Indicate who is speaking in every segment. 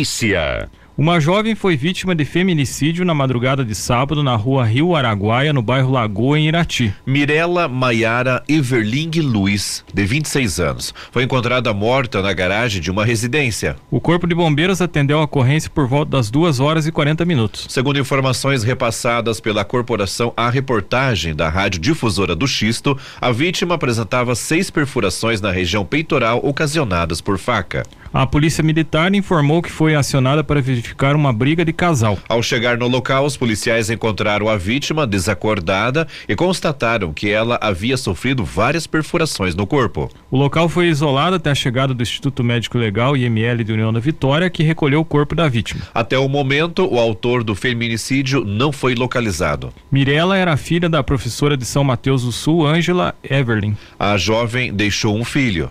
Speaker 1: Polícia.
Speaker 2: Uma jovem foi vítima de feminicídio na madrugada de sábado na rua Rio Araguaia, no bairro Lagoa, em Irati.
Speaker 1: Mirela Maiara Everling Luiz, de 26 anos, foi encontrada morta na garagem de uma residência.
Speaker 2: O Corpo de Bombeiros atendeu a ocorrência por volta das 2 horas e 40 minutos.
Speaker 1: Segundo informações repassadas pela corporação à reportagem da Rádio Difusora do Xisto, a vítima apresentava seis perfurações na região peitoral ocasionadas por faca.
Speaker 2: A polícia militar informou que foi acionada para verificar uma briga de casal.
Speaker 1: Ao chegar no local, os policiais encontraram a vítima desacordada e constataram que ela havia sofrido várias perfurações no corpo.
Speaker 2: O local foi isolado até a chegada do Instituto Médico Legal IML de União da Vitória, que recolheu o corpo da vítima.
Speaker 1: Até o momento, o autor do feminicídio não foi localizado.
Speaker 2: Mirela era filha da professora de São Mateus do Sul, Ângela Everlin.
Speaker 1: A jovem deixou um filho.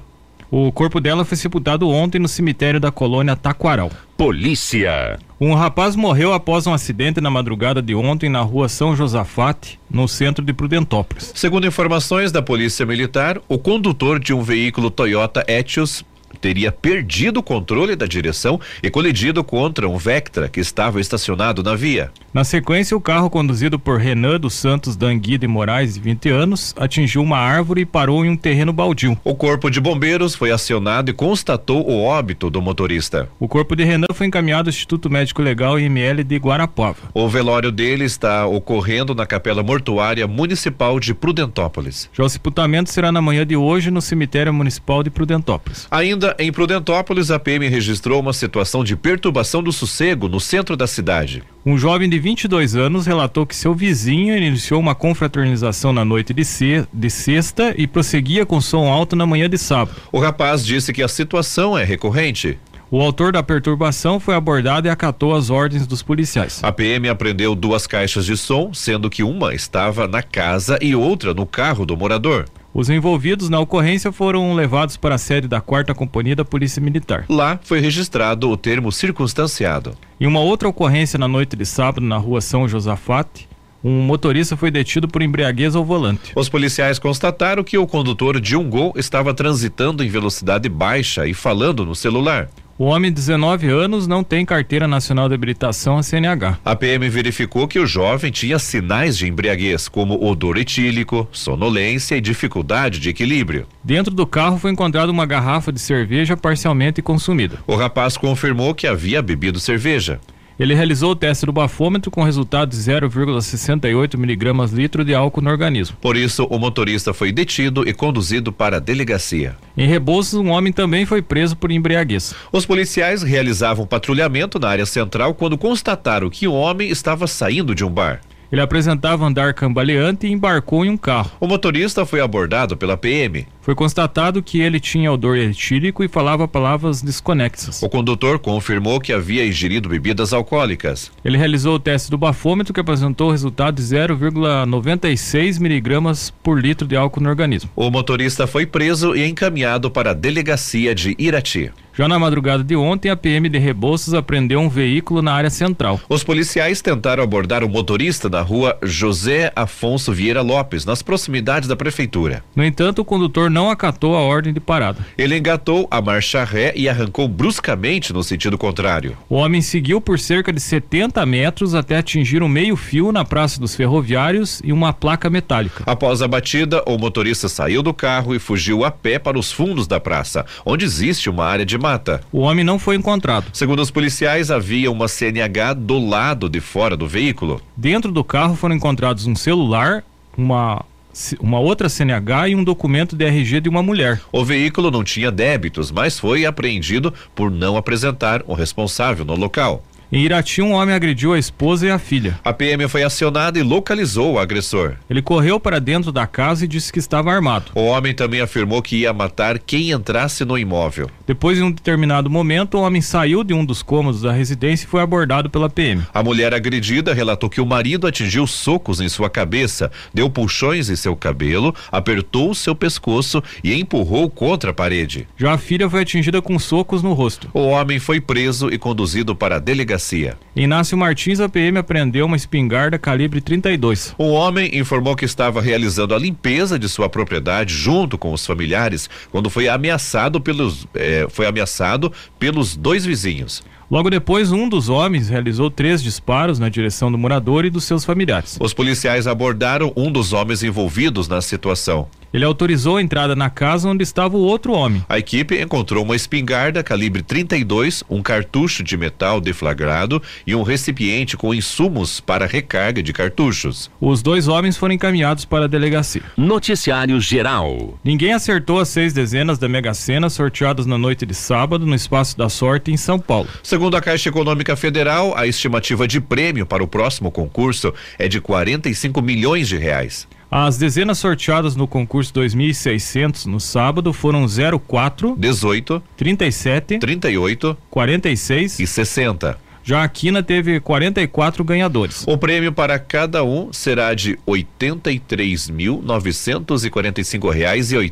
Speaker 2: O corpo dela foi sepultado ontem no cemitério da colônia Taquaral.
Speaker 1: Polícia.
Speaker 2: Um rapaz morreu após um acidente na madrugada de ontem na rua São Josafate, no centro de Prudentópolis.
Speaker 1: Segundo informações da Polícia Militar, o condutor de um veículo Toyota Etios teria perdido o controle da direção e colidido contra um Vectra que estava estacionado na via.
Speaker 2: Na sequência, o carro conduzido por Renan dos Santos Danguida e Moraes, de 20 anos, atingiu uma árvore e parou em um terreno baldio.
Speaker 1: O corpo de bombeiros foi acionado e constatou o óbito do motorista.
Speaker 2: O corpo de Renan foi encaminhado ao Instituto Médico Legal IML de Guarapava.
Speaker 1: O velório dele está ocorrendo na Capela Mortuária Municipal de Prudentópolis.
Speaker 2: Já o sepultamento será na manhã de hoje no cemitério municipal de Prudentópolis.
Speaker 1: Ainda em Prudentópolis, a PM registrou uma situação de perturbação do sossego no centro da cidade.
Speaker 2: Um jovem de 22 anos relatou que seu vizinho iniciou uma confraternização na noite de, se de sexta e prosseguia com som alto na manhã de sábado.
Speaker 1: O rapaz disse que a situação é recorrente.
Speaker 2: O autor da perturbação foi abordado e acatou as ordens dos policiais.
Speaker 1: A PM apreendeu duas caixas de som, sendo que uma estava na casa e outra no carro do morador.
Speaker 2: Os envolvidos na ocorrência foram levados para a sede da 4 Companhia da Polícia Militar.
Speaker 1: Lá foi registrado o termo circunstanciado.
Speaker 2: Em uma outra ocorrência na noite de sábado na rua São Josafate, um motorista foi detido por embriaguez ao volante.
Speaker 1: Os policiais constataram que o condutor de um gol estava transitando em velocidade baixa e falando no celular.
Speaker 2: O homem, de 19 anos, não tem carteira nacional de habilitação, a CNH.
Speaker 1: A PM verificou que o jovem tinha sinais de embriaguez, como odor etílico, sonolência e dificuldade de equilíbrio.
Speaker 2: Dentro do carro foi encontrada uma garrafa de cerveja parcialmente consumida.
Speaker 1: O rapaz confirmou que havia bebido cerveja.
Speaker 2: Ele realizou o teste do bafômetro com resultado de 0,68 miligramas litro de álcool no organismo.
Speaker 1: Por isso, o motorista foi detido e conduzido para a delegacia.
Speaker 2: Em Rebouças, um homem também foi preso por embriaguez.
Speaker 1: Os policiais realizavam patrulhamento na área central quando constataram que o homem estava saindo de um bar.
Speaker 2: Ele apresentava andar cambaleante e embarcou em um carro.
Speaker 1: O motorista foi abordado pela PM.
Speaker 2: Foi constatado que ele tinha odor etílico e falava palavras desconexas.
Speaker 1: O condutor confirmou que havia ingerido bebidas alcoólicas.
Speaker 2: Ele realizou o teste do bafômetro que apresentou o resultado de 0,96 miligramas por litro de álcool no organismo.
Speaker 1: O motorista foi preso e encaminhado para a delegacia de Irati.
Speaker 2: Já na madrugada de ontem, a PM de Rebouças apreendeu um veículo na área central.
Speaker 1: Os policiais tentaram abordar o motorista da rua José Afonso Vieira Lopes, nas proximidades da prefeitura.
Speaker 2: No entanto, o condutor não acatou a ordem de parada.
Speaker 1: Ele engatou a marcha ré e arrancou bruscamente no sentido contrário.
Speaker 2: O homem seguiu por cerca de 70 metros até atingir um meio-fio na Praça dos Ferroviários e uma placa metálica.
Speaker 1: Após a batida, o motorista saiu do carro e fugiu a pé para os fundos da praça, onde existe uma área de
Speaker 2: o homem não foi encontrado.
Speaker 1: Segundo os policiais, havia uma CNH do lado de fora do veículo.
Speaker 2: Dentro do carro foram encontrados um celular, uma uma outra CNH e um documento de RG de uma mulher.
Speaker 1: O veículo não tinha débitos, mas foi apreendido por não apresentar um responsável no local.
Speaker 2: Em Irati, um homem agrediu a esposa e a filha.
Speaker 1: A PM foi acionada e localizou o agressor.
Speaker 2: Ele correu para dentro da casa e disse que estava armado.
Speaker 1: O homem também afirmou que ia matar quem entrasse no imóvel.
Speaker 2: Depois de um determinado momento, o homem saiu de um dos cômodos da residência e foi abordado pela PM.
Speaker 1: A mulher agredida relatou que o marido atingiu socos em sua cabeça, deu puxões em seu cabelo, apertou seu pescoço e empurrou contra a parede.
Speaker 2: Já a filha foi atingida com socos no rosto.
Speaker 1: O homem foi preso e conduzido para a delegacia delegacia.
Speaker 2: Inácio Martins, a PM apreendeu uma espingarda calibre 32.
Speaker 1: O homem informou que estava realizando a limpeza de sua propriedade junto com os familiares quando foi ameaçado pelos, eh, foi ameaçado pelos dois vizinhos.
Speaker 2: Logo depois, um dos homens realizou três disparos na direção do morador e dos seus familiares.
Speaker 1: Os policiais abordaram um dos homens envolvidos na situação.
Speaker 2: Ele autorizou a entrada na casa onde estava o outro homem.
Speaker 1: A equipe encontrou uma espingarda calibre 32, um cartucho de metal deflagrado e um recipiente com insumos para recarga de cartuchos.
Speaker 2: Os dois homens foram encaminhados para a delegacia.
Speaker 3: Noticiário Geral.
Speaker 2: Ninguém acertou as seis dezenas da Mega Sena sorteadas na noite de sábado no Espaço da Sorte em São Paulo.
Speaker 1: Segundo a Caixa Econômica Federal, a estimativa de prêmio para o próximo concurso é de 45 milhões de reais.
Speaker 2: As dezenas sorteadas no concurso 2600 no sábado foram 04,
Speaker 1: 18,
Speaker 2: 37,
Speaker 1: 38
Speaker 2: 46.
Speaker 1: e 60.
Speaker 2: Já a Quina teve 44 ganhadores.
Speaker 1: O prêmio para cada um será de R$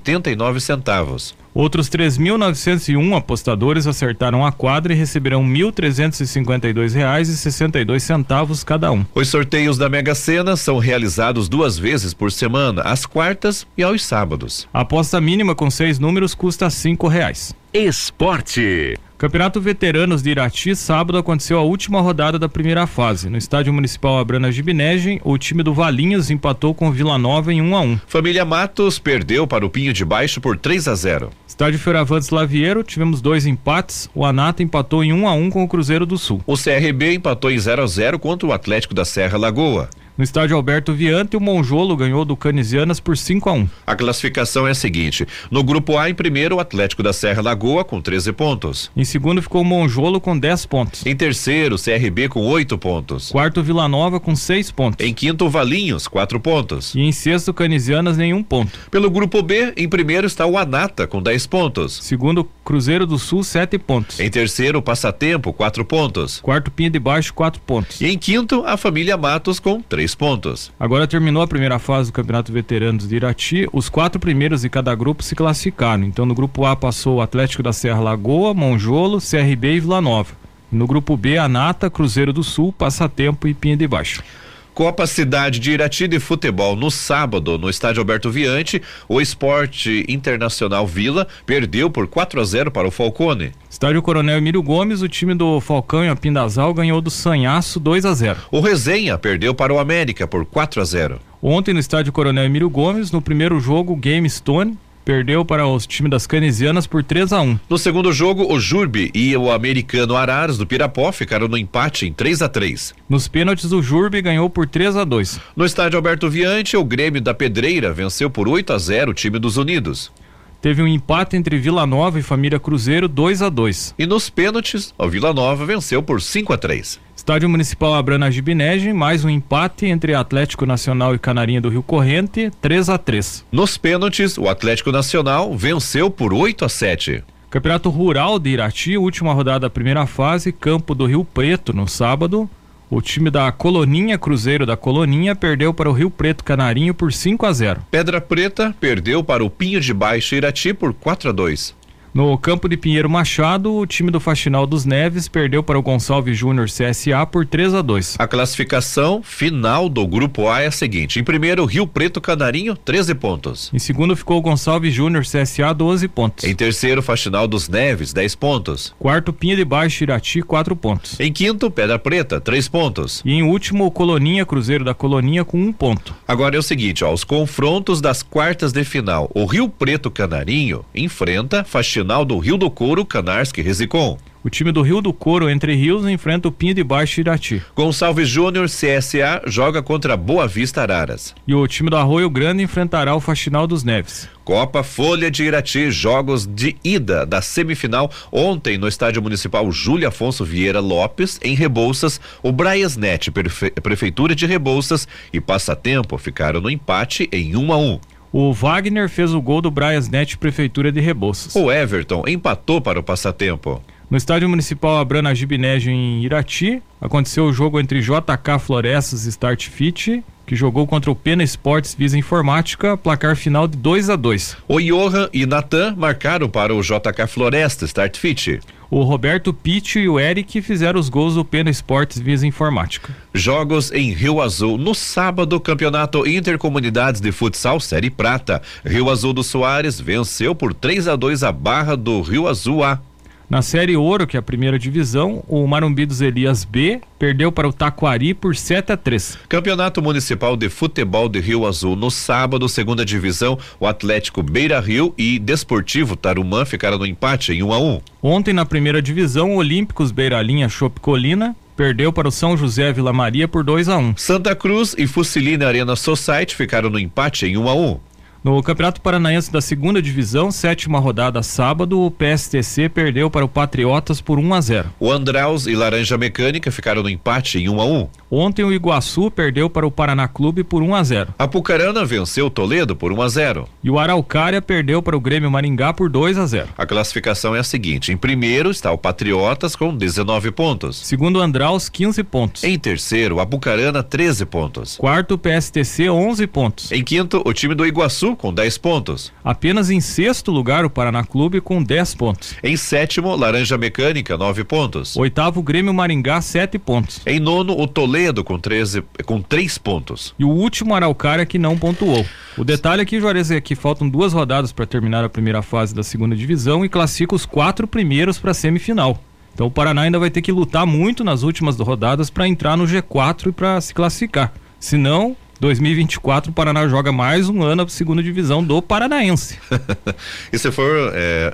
Speaker 1: 83.945,89.
Speaker 2: Outros 3.901 apostadores acertaram a quadra e receberão R$ 1.352,62 cada um.
Speaker 1: Os sorteios da Mega Sena são realizados duas vezes por semana, às quartas e aos sábados.
Speaker 2: A aposta mínima com seis números custa R$ 5 reais.
Speaker 3: Esporte.
Speaker 2: Campeonato Veteranos de Irati, sábado aconteceu a última rodada da primeira fase. No estádio municipal Abrana Gibinegem, o time do Valinhos empatou com o Vila Nova em 1 a 1.
Speaker 1: Família Matos perdeu para o Pinho de Baixo por 3 a 0.
Speaker 2: Estádio Feravantes Laviero, tivemos dois empates. O Anata empatou em 1 a 1 com o Cruzeiro do Sul.
Speaker 1: O CRB empatou em 0 a 0 contra o Atlético da Serra Lagoa.
Speaker 2: No estádio Alberto Viante, o Monjolo ganhou do Canisianas por 5 a 1.
Speaker 1: A classificação é a seguinte: no grupo A, em primeiro, o Atlético da Serra Lagoa com 13 pontos.
Speaker 2: Em segundo ficou o Monjolo com 10 pontos.
Speaker 1: Em terceiro, o CRB com 8 pontos.
Speaker 2: Quarto, Vila Nova com 6 pontos.
Speaker 1: Em quinto, o Valinhos, 4 pontos.
Speaker 2: E em sexto, Canisianas, nenhum ponto.
Speaker 1: Pelo grupo B, em primeiro está o Anata com 10 pontos.
Speaker 2: Segundo, Cruzeiro do Sul, 7 pontos.
Speaker 1: Em terceiro, o Passatempo, 4 pontos.
Speaker 2: Quarto, Pinha de Baixo, 4 pontos.
Speaker 1: E em quinto, a família Matos com 3 pontos.
Speaker 2: Agora terminou a primeira fase do Campeonato Veteranos de Irati. Os quatro primeiros de cada grupo se classificaram. Então, no grupo A passou o Atlético da Serra Lagoa, Monjolo, CRB e Vila Nova. No grupo B, Anata, Cruzeiro do Sul, Passatempo e Pinha de Baixo.
Speaker 1: Copa Cidade de Irati de Futebol no sábado, no estádio Alberto Viante, o Esporte Internacional Vila perdeu por 4 a 0 para o Falcone.
Speaker 2: Estádio Coronel Emílio Gomes, o time do Falcão e a Pindazal ganhou do Sanhaço 2 a 0.
Speaker 1: O Resenha perdeu para o América por 4 a 0.
Speaker 2: Ontem no estádio Coronel Emílio Gomes, no primeiro jogo, o Game Stone perdeu para o time das Canisianas por 3 a 1.
Speaker 1: No segundo jogo, o Jurbe e o americano Araras do Pirapó ficaram no empate em 3 a 3.
Speaker 2: Nos pênaltis, o Jurbe ganhou por 3 a 2.
Speaker 1: No estádio Alberto Viante, o Grêmio da Pedreira venceu por 8 a 0 o time dos Unidos.
Speaker 2: Teve um empate entre Vila Nova e Família Cruzeiro 2 a 2.
Speaker 1: E nos pênaltis, o Vila Nova venceu por 5 a 3.
Speaker 2: Estádio Municipal Abrana Gibinegem, mais um empate entre Atlético Nacional e Canarinha do Rio Corrente, 3 a 3.
Speaker 1: Nos pênaltis, o Atlético Nacional venceu por 8 a 7.
Speaker 2: Campeonato Rural de Irati, última rodada da primeira fase, campo do Rio Preto no sábado. O time da Coloninha, Cruzeiro da Coloninha, perdeu para o Rio Preto Canarinho por 5 a 0.
Speaker 1: Pedra Preta perdeu para o Pinho de Baixo Irati por 4 a 2.
Speaker 2: No campo de Pinheiro Machado, o time do Faxinal dos Neves perdeu para o Gonçalves Júnior CSA por 3 a 2.
Speaker 1: A classificação final do grupo A é a seguinte: em primeiro, Rio Preto Canarinho, 13 pontos.
Speaker 2: Em segundo ficou o Gonçalves Júnior CSA 12 pontos.
Speaker 1: Em terceiro, Faxinal dos Neves, 10 pontos.
Speaker 2: Quarto Pinha de Baixo Irati 4 pontos.
Speaker 1: Em quinto, Pedra Preta, 3 pontos.
Speaker 2: E em último, o Coloninha Cruzeiro da Coloninha com 1 ponto.
Speaker 1: Agora é o seguinte, ó, os confrontos das quartas de final. O Rio Preto Canarinho enfrenta Faxinal do Rio do Couro, Canarski Resicom.
Speaker 2: O time do Rio do Couro entre Rios enfrenta o Pinha de Baixo Irati.
Speaker 1: Gonçalves Júnior, CSA, joga contra Boa Vista Araras.
Speaker 2: E o time do Arroio Grande enfrentará o Faxinal dos Neves.
Speaker 1: Copa Folha de Irati, jogos de ida da semifinal. Ontem, no estádio municipal Júlio Afonso Vieira Lopes, em Rebouças, o Braiasnet, Perfe- Prefeitura de Rebouças e Passatempo ficaram no empate em 1 a 1.
Speaker 2: O Wagner fez o gol do Braias Net Prefeitura de Rebouças.
Speaker 1: O Everton empatou para o Passatempo.
Speaker 2: No estádio municipal Abrana Gibinege em Irati, aconteceu o jogo entre JK Florestas e Start Fit, que jogou contra o Pena Esportes Visa Informática, placar final de 2 a 2.
Speaker 1: O Johan e Natan marcaram para o JK Floresta Start Fit.
Speaker 2: O Roberto Pitti e o Eric fizeram os gols do Pena Esportes Visa Informática.
Speaker 1: Jogos em Rio Azul. No sábado, Campeonato Intercomunidades de Futsal Série Prata. Rio Azul do Soares venceu por 3 a 2 a Barra do Rio Azul A.
Speaker 2: Na Série Ouro, que é a primeira divisão, o Marumbi dos Elias B perdeu para o Taquari por 7 a 3.
Speaker 1: Campeonato Municipal de Futebol de Rio Azul. No sábado, segunda divisão, o Atlético Beira Rio e Desportivo Tarumã ficaram no empate em 1 a 1
Speaker 2: Ontem, na primeira divisão, o Olímpicos Beiralinha Chopcolina perdeu para o São José Vila Maria por 2 a 1
Speaker 1: Santa Cruz e Fusilina Arena Society ficaram no empate em 1 a 1
Speaker 2: No Campeonato Paranaense da segunda divisão, sétima rodada sábado, o PSTC perdeu para o Patriotas por 1 a 0
Speaker 1: O Andraus e Laranja Mecânica ficaram no empate em 1 a 1
Speaker 2: Ontem, o Iguaçu perdeu para o Paraná Clube por 1 a 0
Speaker 1: Apucarana venceu o Toledo por 1 a 0
Speaker 2: e o Araucária perdeu para o Grêmio Maringá por 2 a 0
Speaker 1: A classificação é a seguinte: em primeiro está o Patriotas com 19 pontos.
Speaker 2: Segundo o Andraus, 15 pontos.
Speaker 1: Em terceiro, a Apucarana 13 pontos.
Speaker 2: Quarto, o PSTC, 11 pontos.
Speaker 1: Em quinto, o time do Iguaçu com 10 pontos.
Speaker 2: Apenas em sexto lugar, o Paraná Clube com 10 pontos.
Speaker 1: Em sétimo, Laranja Mecânica, 9 pontos.
Speaker 2: Oitavo, o Grêmio Maringá, 7 pontos.
Speaker 1: Em nono, o Toledo com 13 com 3 pontos.
Speaker 2: E o último Araucária que não pontuou. O detalhe é que Juarez é que faltam duas rodadas para terminar a primeira fase da segunda divisão e classifica os quatro primeiros para a semifinal. Então o Paraná ainda vai ter que lutar muito nas últimas rodadas para entrar no G4 e para se classificar. Senão, 2024 o Paraná joga mais um ano a segunda divisão do Paranaense.
Speaker 1: E se for é,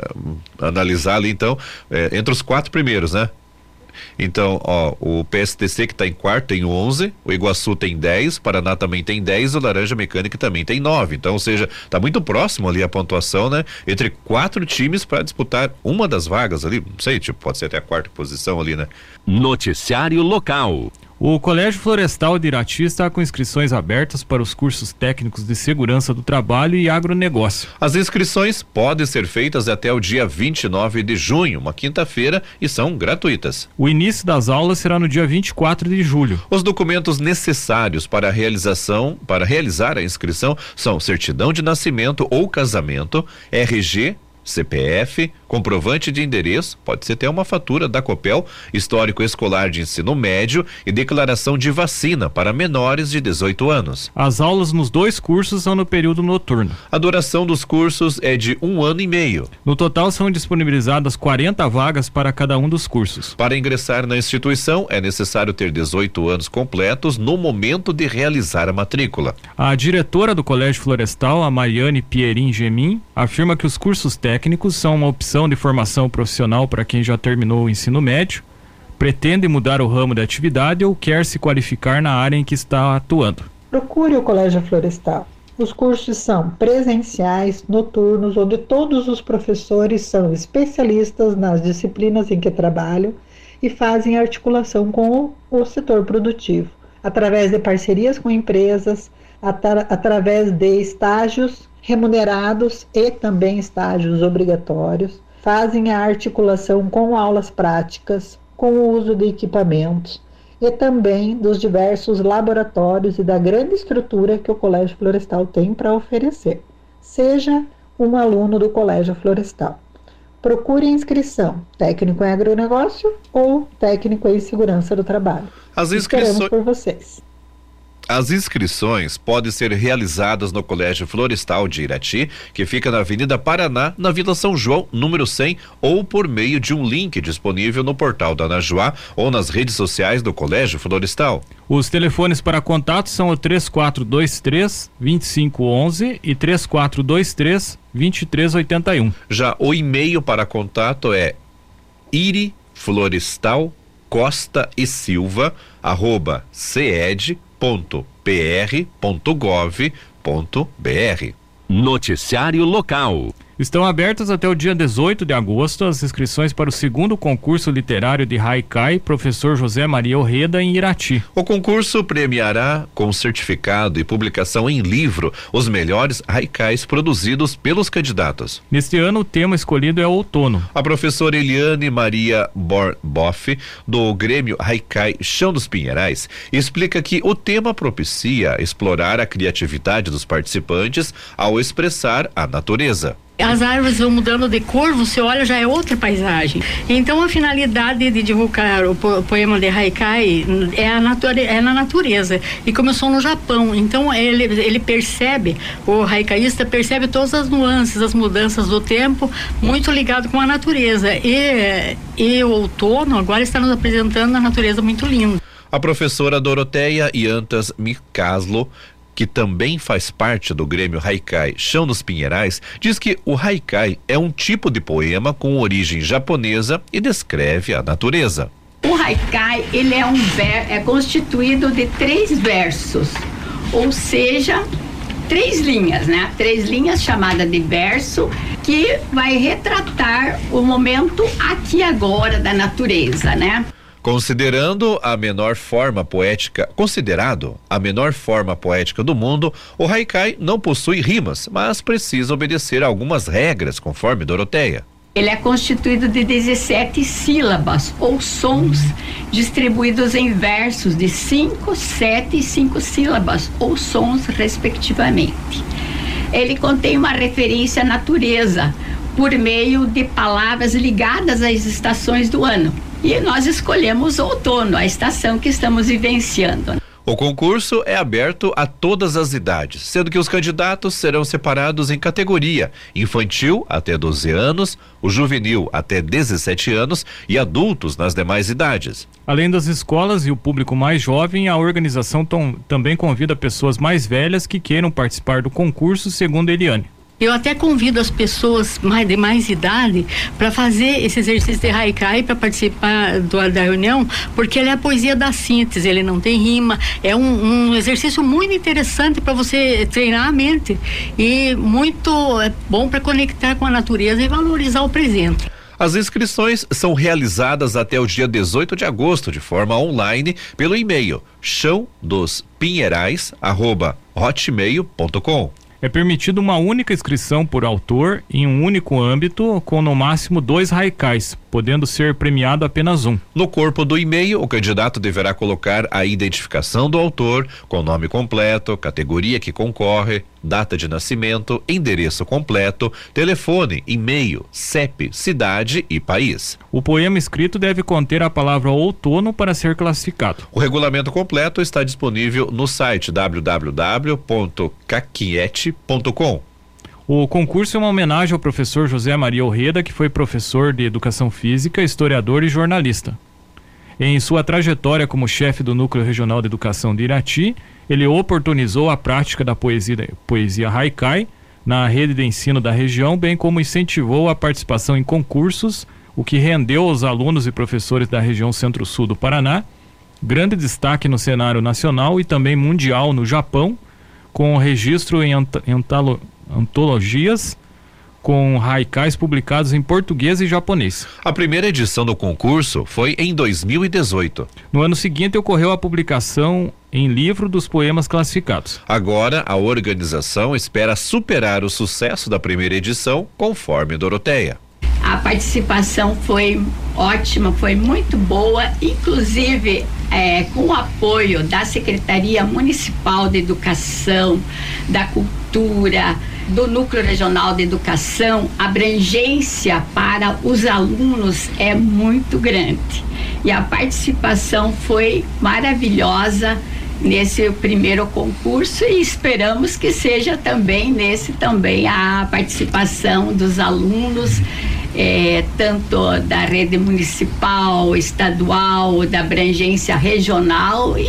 Speaker 1: analisar ali, então, é, entre os quatro primeiros, né? Então, ó, o PSTC que está em quarto tem 11, o Iguaçu tem 10, o Paraná também tem 10, o Laranja Mecânica também tem 9. Então, ou seja, tá muito próximo ali a pontuação, né? Entre quatro times para disputar uma das vagas ali, não sei, tipo, pode ser até a quarta posição ali, né?
Speaker 3: Noticiário local.
Speaker 2: O Colégio Florestal de Irati está com inscrições abertas para os cursos técnicos de segurança do trabalho e agronegócio.
Speaker 1: As inscrições podem ser feitas até o dia 29 de junho, uma quinta-feira, e são gratuitas.
Speaker 2: O início das aulas será no dia 24 de julho.
Speaker 1: Os documentos necessários para a realização, para realizar a inscrição são certidão de nascimento ou casamento, RG, CPF, comprovante de endereço, pode ser até uma fatura da Copel, histórico escolar de ensino médio e declaração de vacina para menores de 18 anos.
Speaker 2: As aulas nos dois cursos são no período noturno.
Speaker 1: A duração dos cursos é de um ano e meio.
Speaker 2: No total são disponibilizadas 40 vagas para cada um dos cursos.
Speaker 1: Para ingressar na instituição, é necessário ter 18 anos completos no momento de realizar a matrícula.
Speaker 2: A diretora do Colégio Florestal, a Mariane Pierin Gemin, afirma que os cursos técnicos são uma opção de formação profissional para quem já terminou o ensino médio, pretende mudar o ramo da atividade ou quer se qualificar na área em que está atuando.
Speaker 4: Procure o Colégio Florestal. Os cursos são presenciais, noturnos, onde todos os professores são especialistas nas disciplinas em que trabalham e fazem articulação com o, o setor produtivo, através de parcerias com empresas, atra- através de estágios remunerados e também estágios obrigatórios, fazem a articulação com aulas práticas, com o uso de equipamentos e também dos diversos laboratórios e da grande estrutura que o Colégio Florestal tem para oferecer. Seja um aluno do Colégio Florestal. Procure a inscrição técnico em agronegócio ou técnico em segurança do trabalho.
Speaker 1: As
Speaker 4: Esperamos
Speaker 1: inscrições
Speaker 4: por vocês.
Speaker 1: As inscrições podem ser realizadas no Colégio Florestal de Irati, que fica na Avenida Paraná, na Vila São João, número 100, ou por meio de um link disponível no portal da Anajuá ou nas redes sociais do Colégio Florestal.
Speaker 2: Os telefones para contato são o 3423 2511 e 3423 2381.
Speaker 1: Já o e-mail para contato é ire florestal costa e silva arroba ced.pr.gov.br.
Speaker 3: Noticiário local.
Speaker 2: Estão abertas até o dia 18 de agosto as inscrições para o segundo concurso literário de Haikai, professor José Maria Orreda, em Irati.
Speaker 1: O concurso premiará com certificado e publicação em livro os melhores haikais produzidos pelos candidatos.
Speaker 2: Neste ano, o tema escolhido é outono.
Speaker 1: A professora Eliane Maria Bor- Boff, do Grêmio Haikai Chão dos Pinheirais, explica que o tema propicia explorar a criatividade dos participantes ao expressar a natureza.
Speaker 5: as árvores vão mudando de cor, você olha, já é outra paisagem. Então, a finalidade de divulgar o po- poema de Haikai é, a nature, é na natureza. E começou no Japão. Então, ele, ele percebe, o haikaísta percebe todas as nuances, as mudanças do tempo, muito ligado com a natureza. E, e o outono agora está nos apresentando a natureza muito linda.
Speaker 1: A professora Doroteia Iantas Micaslo, que também faz parte do Grêmio Haikai Chão nos Pinheirais, diz que o Haikai é um tipo de poema com origem japonesa e descreve a natureza.
Speaker 6: O haikai ele é um ver, é constituído de três versos, ou seja, três linhas, né? Três linhas chamada de verso que vai retratar o momento aqui e agora da natureza, né?
Speaker 1: Considerando a menor forma poética, considerado a menor forma poética do mundo, o haikai não possui rimas, mas precisa obedecer a algumas regras, conforme Doroteia.
Speaker 6: Ele é constituído de 17 sílabas ou sons distribuídos em versos de 5, 7 e 5 sílabas ou sons, respectivamente. Ele contém uma referência à natureza por meio de palavras ligadas às estações do ano. E nós escolhemos o outono, a estação que estamos vivenciando. né?
Speaker 1: O concurso é aberto a todas as idades, sendo que os candidatos serão separados em categoria: infantil até 12 anos, o juvenil até 17 anos e adultos nas demais idades.
Speaker 2: Além das escolas e o público mais jovem, a organização tom- também convida pessoas mais velhas que queiram participar do concurso, segundo Eliane.
Speaker 5: Eu até convido as pessoas mais, de mais idade para fazer esse exercício de haikai, para participar do, da reunião, porque ele é a poesia da síntese, ele não tem rima. É um, um exercício muito interessante para você treinar a mente e muito é, bom para conectar com a natureza e valorizar o presente.
Speaker 1: As inscrições são realizadas até o dia 18 de agosto de forma online pelo e-mail chãodospinheirais@hotmail.com.
Speaker 2: É permitida uma única inscrição por autor em um único âmbito, com no máximo dois raicais, podendo ser premiado apenas um.
Speaker 1: No corpo do e-mail, o candidato deverá colocar a identificação do autor, com nome completo, categoria que concorre, data de nascimento, endereço completo, telefone, e-mail, CEP, cidade e país.
Speaker 2: O poema escrito deve conter a palavra outono para ser classificado.
Speaker 1: O regulamento completo está disponível no site www.caquiete.com.
Speaker 2: O concurso é uma homenagem ao professor José Maria Orreda, que foi professor de educação física, historiador e jornalista. Em sua trajetória como chefe do Núcleo Regional de Educação de Irati, ele oportunizou a prática da poesia, poesia haikai na rede de ensino da região, bem como incentivou a participação em concursos, o que rendeu aos alunos e professores da região centro-sul do Paraná grande destaque no cenário nacional e também mundial no Japão, com registro em anta- antalo- antologias com haikais publicados em português e japonês.
Speaker 1: A primeira edição do concurso foi em 2018.
Speaker 2: No ano seguinte ocorreu a publicação em livro dos poemas classificados.
Speaker 1: Agora, a organização espera superar o sucesso da primeira edição, conforme Doroteia.
Speaker 6: A participação foi ótima, foi muito boa, inclusive eh, com o apoio da Secretaria Municipal de Educação, da Cultura, do Núcleo Regional de Educação, a abrangência para os alunos é muito grande. E a participação foi maravilhosa nesse primeiro concurso e esperamos que seja também nesse também a participação dos alunos eh, tanto da rede municipal, estadual, da abrangência regional e,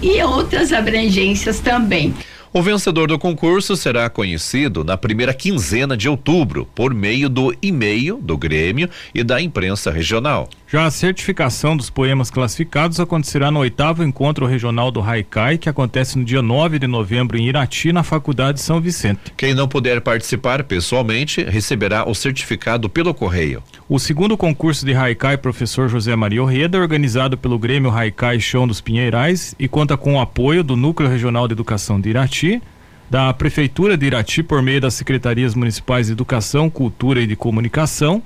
Speaker 6: e outras abrangências também.
Speaker 1: O vencedor do concurso será conhecido na primeira quinzena de outubro, por meio do e-mail do Grêmio e da imprensa regional.
Speaker 2: Já a certificação dos poemas classificados acontecerá no oitavo encontro regional do haikai, que acontece no dia 9 de novembro em Irati, na Faculdade São Vicente.
Speaker 1: Quem não puder participar pessoalmente receberá o certificado pelo correio.
Speaker 2: O segundo concurso de Haikai Professor José Maria Orreda, é organizado pelo Grêmio Haikai Chão dos Pinheirais e conta com o apoio do Núcleo Regional de Educação de Irati, da Prefeitura de Irati por meio das Secretarias Municipais de Educação, Cultura e de Comunicação,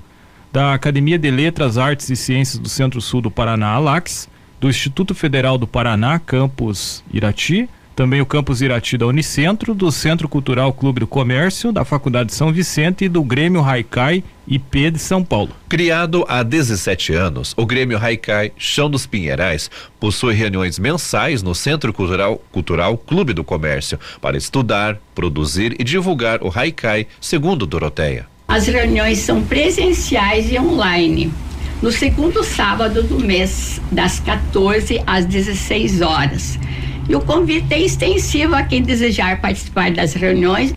Speaker 2: da Academia de Letras, Artes e Ciências do Centro-Sul do Paraná, ALAX, do Instituto Federal do Paraná, Campus Irati, Também o campus Irati da Unicentro, do Centro Cultural Clube do Comércio, da Faculdade São Vicente e do Grêmio Haikai IP de São Paulo.
Speaker 1: Criado há 17 anos, o Grêmio Haikai Chão dos Pinheirais possui reuniões mensais no Centro Cultural, Cultural Clube do Comércio para estudar, produzir e divulgar o Haikai, segundo Doroteia.
Speaker 6: As reuniões são presenciais e online. No segundo sábado do mês, das 14 às 16 horas. E o convite é extensivo a quem desejar participar das reuniões.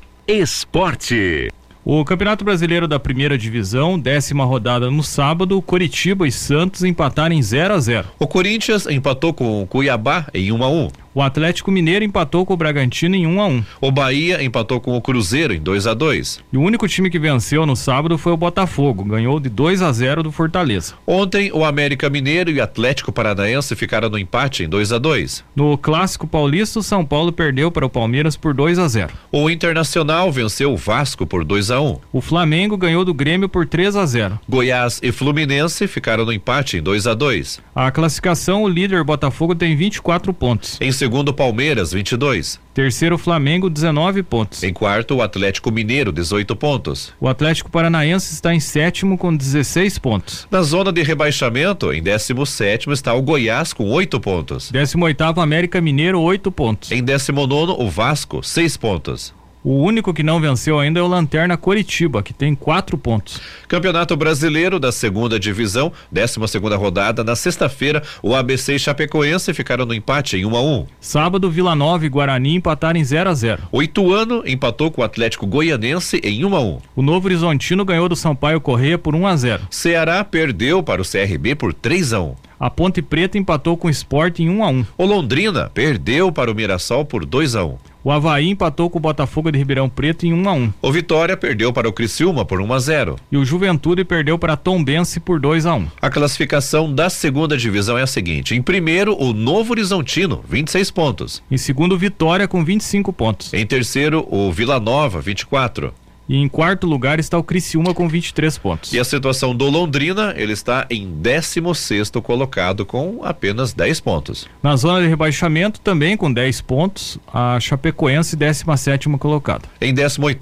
Speaker 3: Esporte.
Speaker 2: O Campeonato Brasileiro da Primeira Divisão, décima rodada no sábado, Coritiba e Santos empataram em 0 a 0.
Speaker 1: O Corinthians empatou com o Cuiabá em 1 a 1.
Speaker 2: O Atlético Mineiro empatou com o Bragantino em 1 a 1.
Speaker 1: O Bahia empatou com o Cruzeiro em 2 a 2.
Speaker 2: E o único time que venceu no sábado foi o Botafogo, ganhou de 2 a 0 do Fortaleza.
Speaker 1: Ontem, o América Mineiro e Atlético Paranaense ficaram no empate em 2 a 2.
Speaker 2: No Clássico Paulista, o São Paulo perdeu para o Palmeiras por 2 a 0.
Speaker 1: O Internacional venceu o Vasco por 2 a 1.
Speaker 2: O Flamengo ganhou do Grêmio por 3 a 0.
Speaker 1: Goiás e Fluminense ficaram no empate em 2 a 2.
Speaker 2: A classificação, o líder Botafogo tem 24 pontos.
Speaker 1: Em segundo, Palmeiras, 22.
Speaker 2: Terceiro, Flamengo, 19 pontos.
Speaker 1: Em quarto, o Atlético Mineiro, 18 pontos.
Speaker 2: O Atlético Paranaense está em sétimo com 16 pontos.
Speaker 1: Na zona de rebaixamento, em 17 está o Goiás com 8 pontos.
Speaker 2: 18º, América Mineiro, 8 pontos.
Speaker 1: Em 19, o Vasco, 6 pontos.
Speaker 2: O único que não venceu ainda é o Lanterna Coritiba, que tem quatro pontos.
Speaker 1: Campeonato Brasileiro da segunda divisão, 12 segunda rodada, na sexta-feira, o ABC e Chapecoense ficaram no empate em 1 um a 1 um.
Speaker 2: Sábado, Vila Nova e Guarani empataram em 0 a 0
Speaker 1: O Ituano empatou com o Atlético Goianense em 1 um a 1
Speaker 2: O Novo Horizontino ganhou do Sampaio Correia por 1 a 0
Speaker 1: Ceará perdeu para o CRB por 3 a 1
Speaker 2: a Ponte Preta empatou com o Sport em 1 um a 1 um.
Speaker 1: O Londrina perdeu para o Mirassol por 2 a 1 um.
Speaker 2: O Havaí empatou com o Botafogo de Ribeirão Preto em 1 a 1
Speaker 1: O Vitória perdeu para o Criciúma por 1 a 0
Speaker 2: E o Juventude perdeu para Tombense por 2 a 1
Speaker 1: A classificação da segunda divisão é a seguinte: em primeiro, o Novo Horizontino, 26 pontos.
Speaker 2: Em segundo, Vitória com 25 pontos.
Speaker 1: Em terceiro, o Vila Nova, 24.
Speaker 2: E em quarto lugar está o Criciúma com 23 pontos.
Speaker 1: E a situação do Londrina, ele está em 16 colocado com apenas 10 pontos.
Speaker 2: Na zona de rebaixamento, também com 10 pontos, a Chapecoense, 17 colocada.
Speaker 1: Em 18,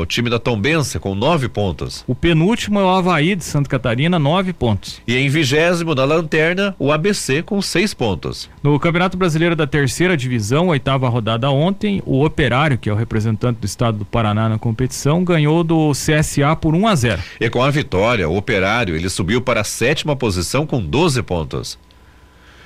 Speaker 1: o time da Tombense com 9 pontos.
Speaker 2: O penúltimo é o Havaí de Santa Catarina, 9 pontos.
Speaker 1: E em vigésimo da Lanterna, o ABC com 6 pontos.
Speaker 2: No Campeonato Brasileiro da Terceira Divisão, oitava rodada ontem, o Operário, que é o representante do estado do Paraná na competição, ganhou do CSA por 1 a 0.
Speaker 1: E com a vitória, o Operário ele subiu para a sétima posição com 12 pontos.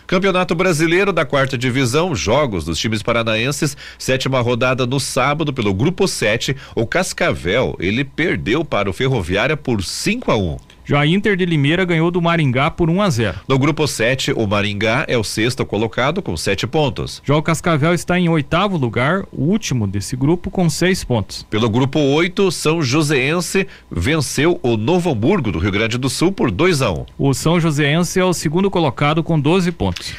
Speaker 1: Campeonato Brasileiro da quarta divisão, jogos dos times paranaenses, sétima rodada no sábado pelo grupo 7, o Cascavel, ele perdeu para o Ferroviária por 5 a 1.
Speaker 2: Já a Inter de Limeira ganhou do Maringá por 1 a 0.
Speaker 1: No grupo 7, o Maringá é o sexto colocado com 7 pontos.
Speaker 2: Já o Cascavel está em oitavo lugar, o último desse grupo, com 6 pontos.
Speaker 1: Pelo grupo 8, São Joséense venceu o Novo Hamburgo do Rio Grande do Sul por 2 a 1.
Speaker 2: O São Joséense é o segundo colocado com 12 pontos.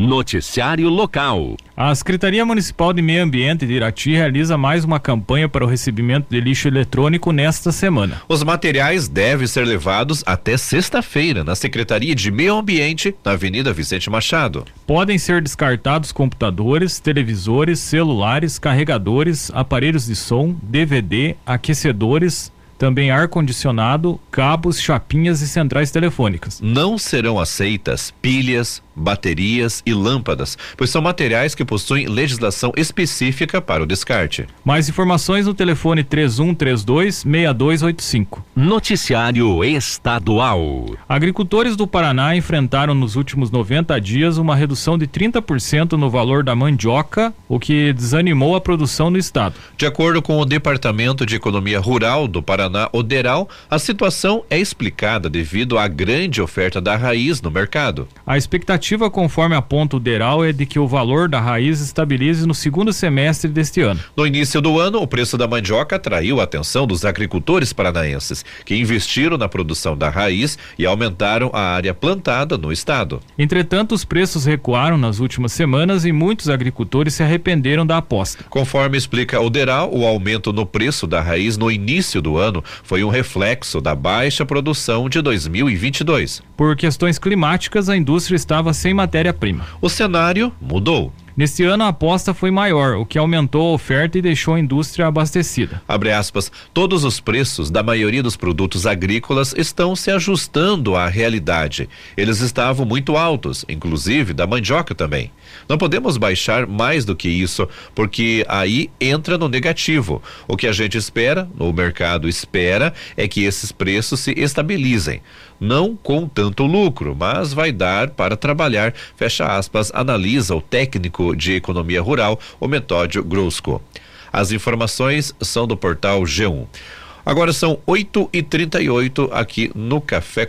Speaker 3: Noticiário local.
Speaker 2: A Secretaria Municipal de Meio Ambiente de Irati realiza mais uma campanha para o recebimento de lixo eletrônico nesta semana.
Speaker 1: Os materiais devem ser levados até sexta-feira na Secretaria de Meio Ambiente, na Avenida Vicente Machado.
Speaker 2: Podem ser descartados computadores, televisores, celulares, carregadores, aparelhos de som, DVD, aquecedores, também ar-condicionado, cabos, chapinhas e centrais telefônicas.
Speaker 1: Não serão aceitas pilhas, baterias e lâmpadas, pois são materiais que possuem legislação específica para o descarte.
Speaker 2: Mais informações no telefone 3132 6285.
Speaker 3: Noticiário Estadual.
Speaker 2: Agricultores do Paraná enfrentaram nos últimos 90 dias uma redução de 30% no valor da mandioca, o que desanimou a produção no estado.
Speaker 1: De acordo com o Departamento de Economia Rural do Paraná, Oderal, a situação é explicada devido à grande oferta da raiz no mercado.
Speaker 2: A expectativa expectativa, conforme aponta o Deral, é de que o valor da raiz estabilize no segundo semestre deste ano.
Speaker 1: No início do ano, o preço da mandioca atraiu a atenção dos agricultores paranaenses, que investiram na produção da raiz e aumentaram a área plantada no estado.
Speaker 2: Entretanto, os preços recuaram nas últimas semanas e muitos agricultores se arrependeram da aposta.
Speaker 1: Conforme explica o Deral, o aumento no preço da raiz no início do ano foi um reflexo da baixa produção de 2022.
Speaker 2: Por questões climáticas, a indústria estava sem matéria-prima.
Speaker 1: O cenário mudou.
Speaker 2: Neste ano a aposta foi maior, o que aumentou a oferta e deixou a indústria abastecida.
Speaker 1: Abre aspas, todos os preços da maioria dos produtos agrícolas estão se ajustando à realidade. Eles estavam muito altos, inclusive da mandioca também. Não podemos baixar mais do que isso, porque aí entra no negativo. O que a gente espera, o mercado espera, é que esses preços se estabilizem. Não com tanto lucro, mas vai dar para trabalhar, fecha aspas, analisa o técnico de economia rural, o Metódio Grosco. As informações um. são do portal G1. Agora são 8h38 aqui no Café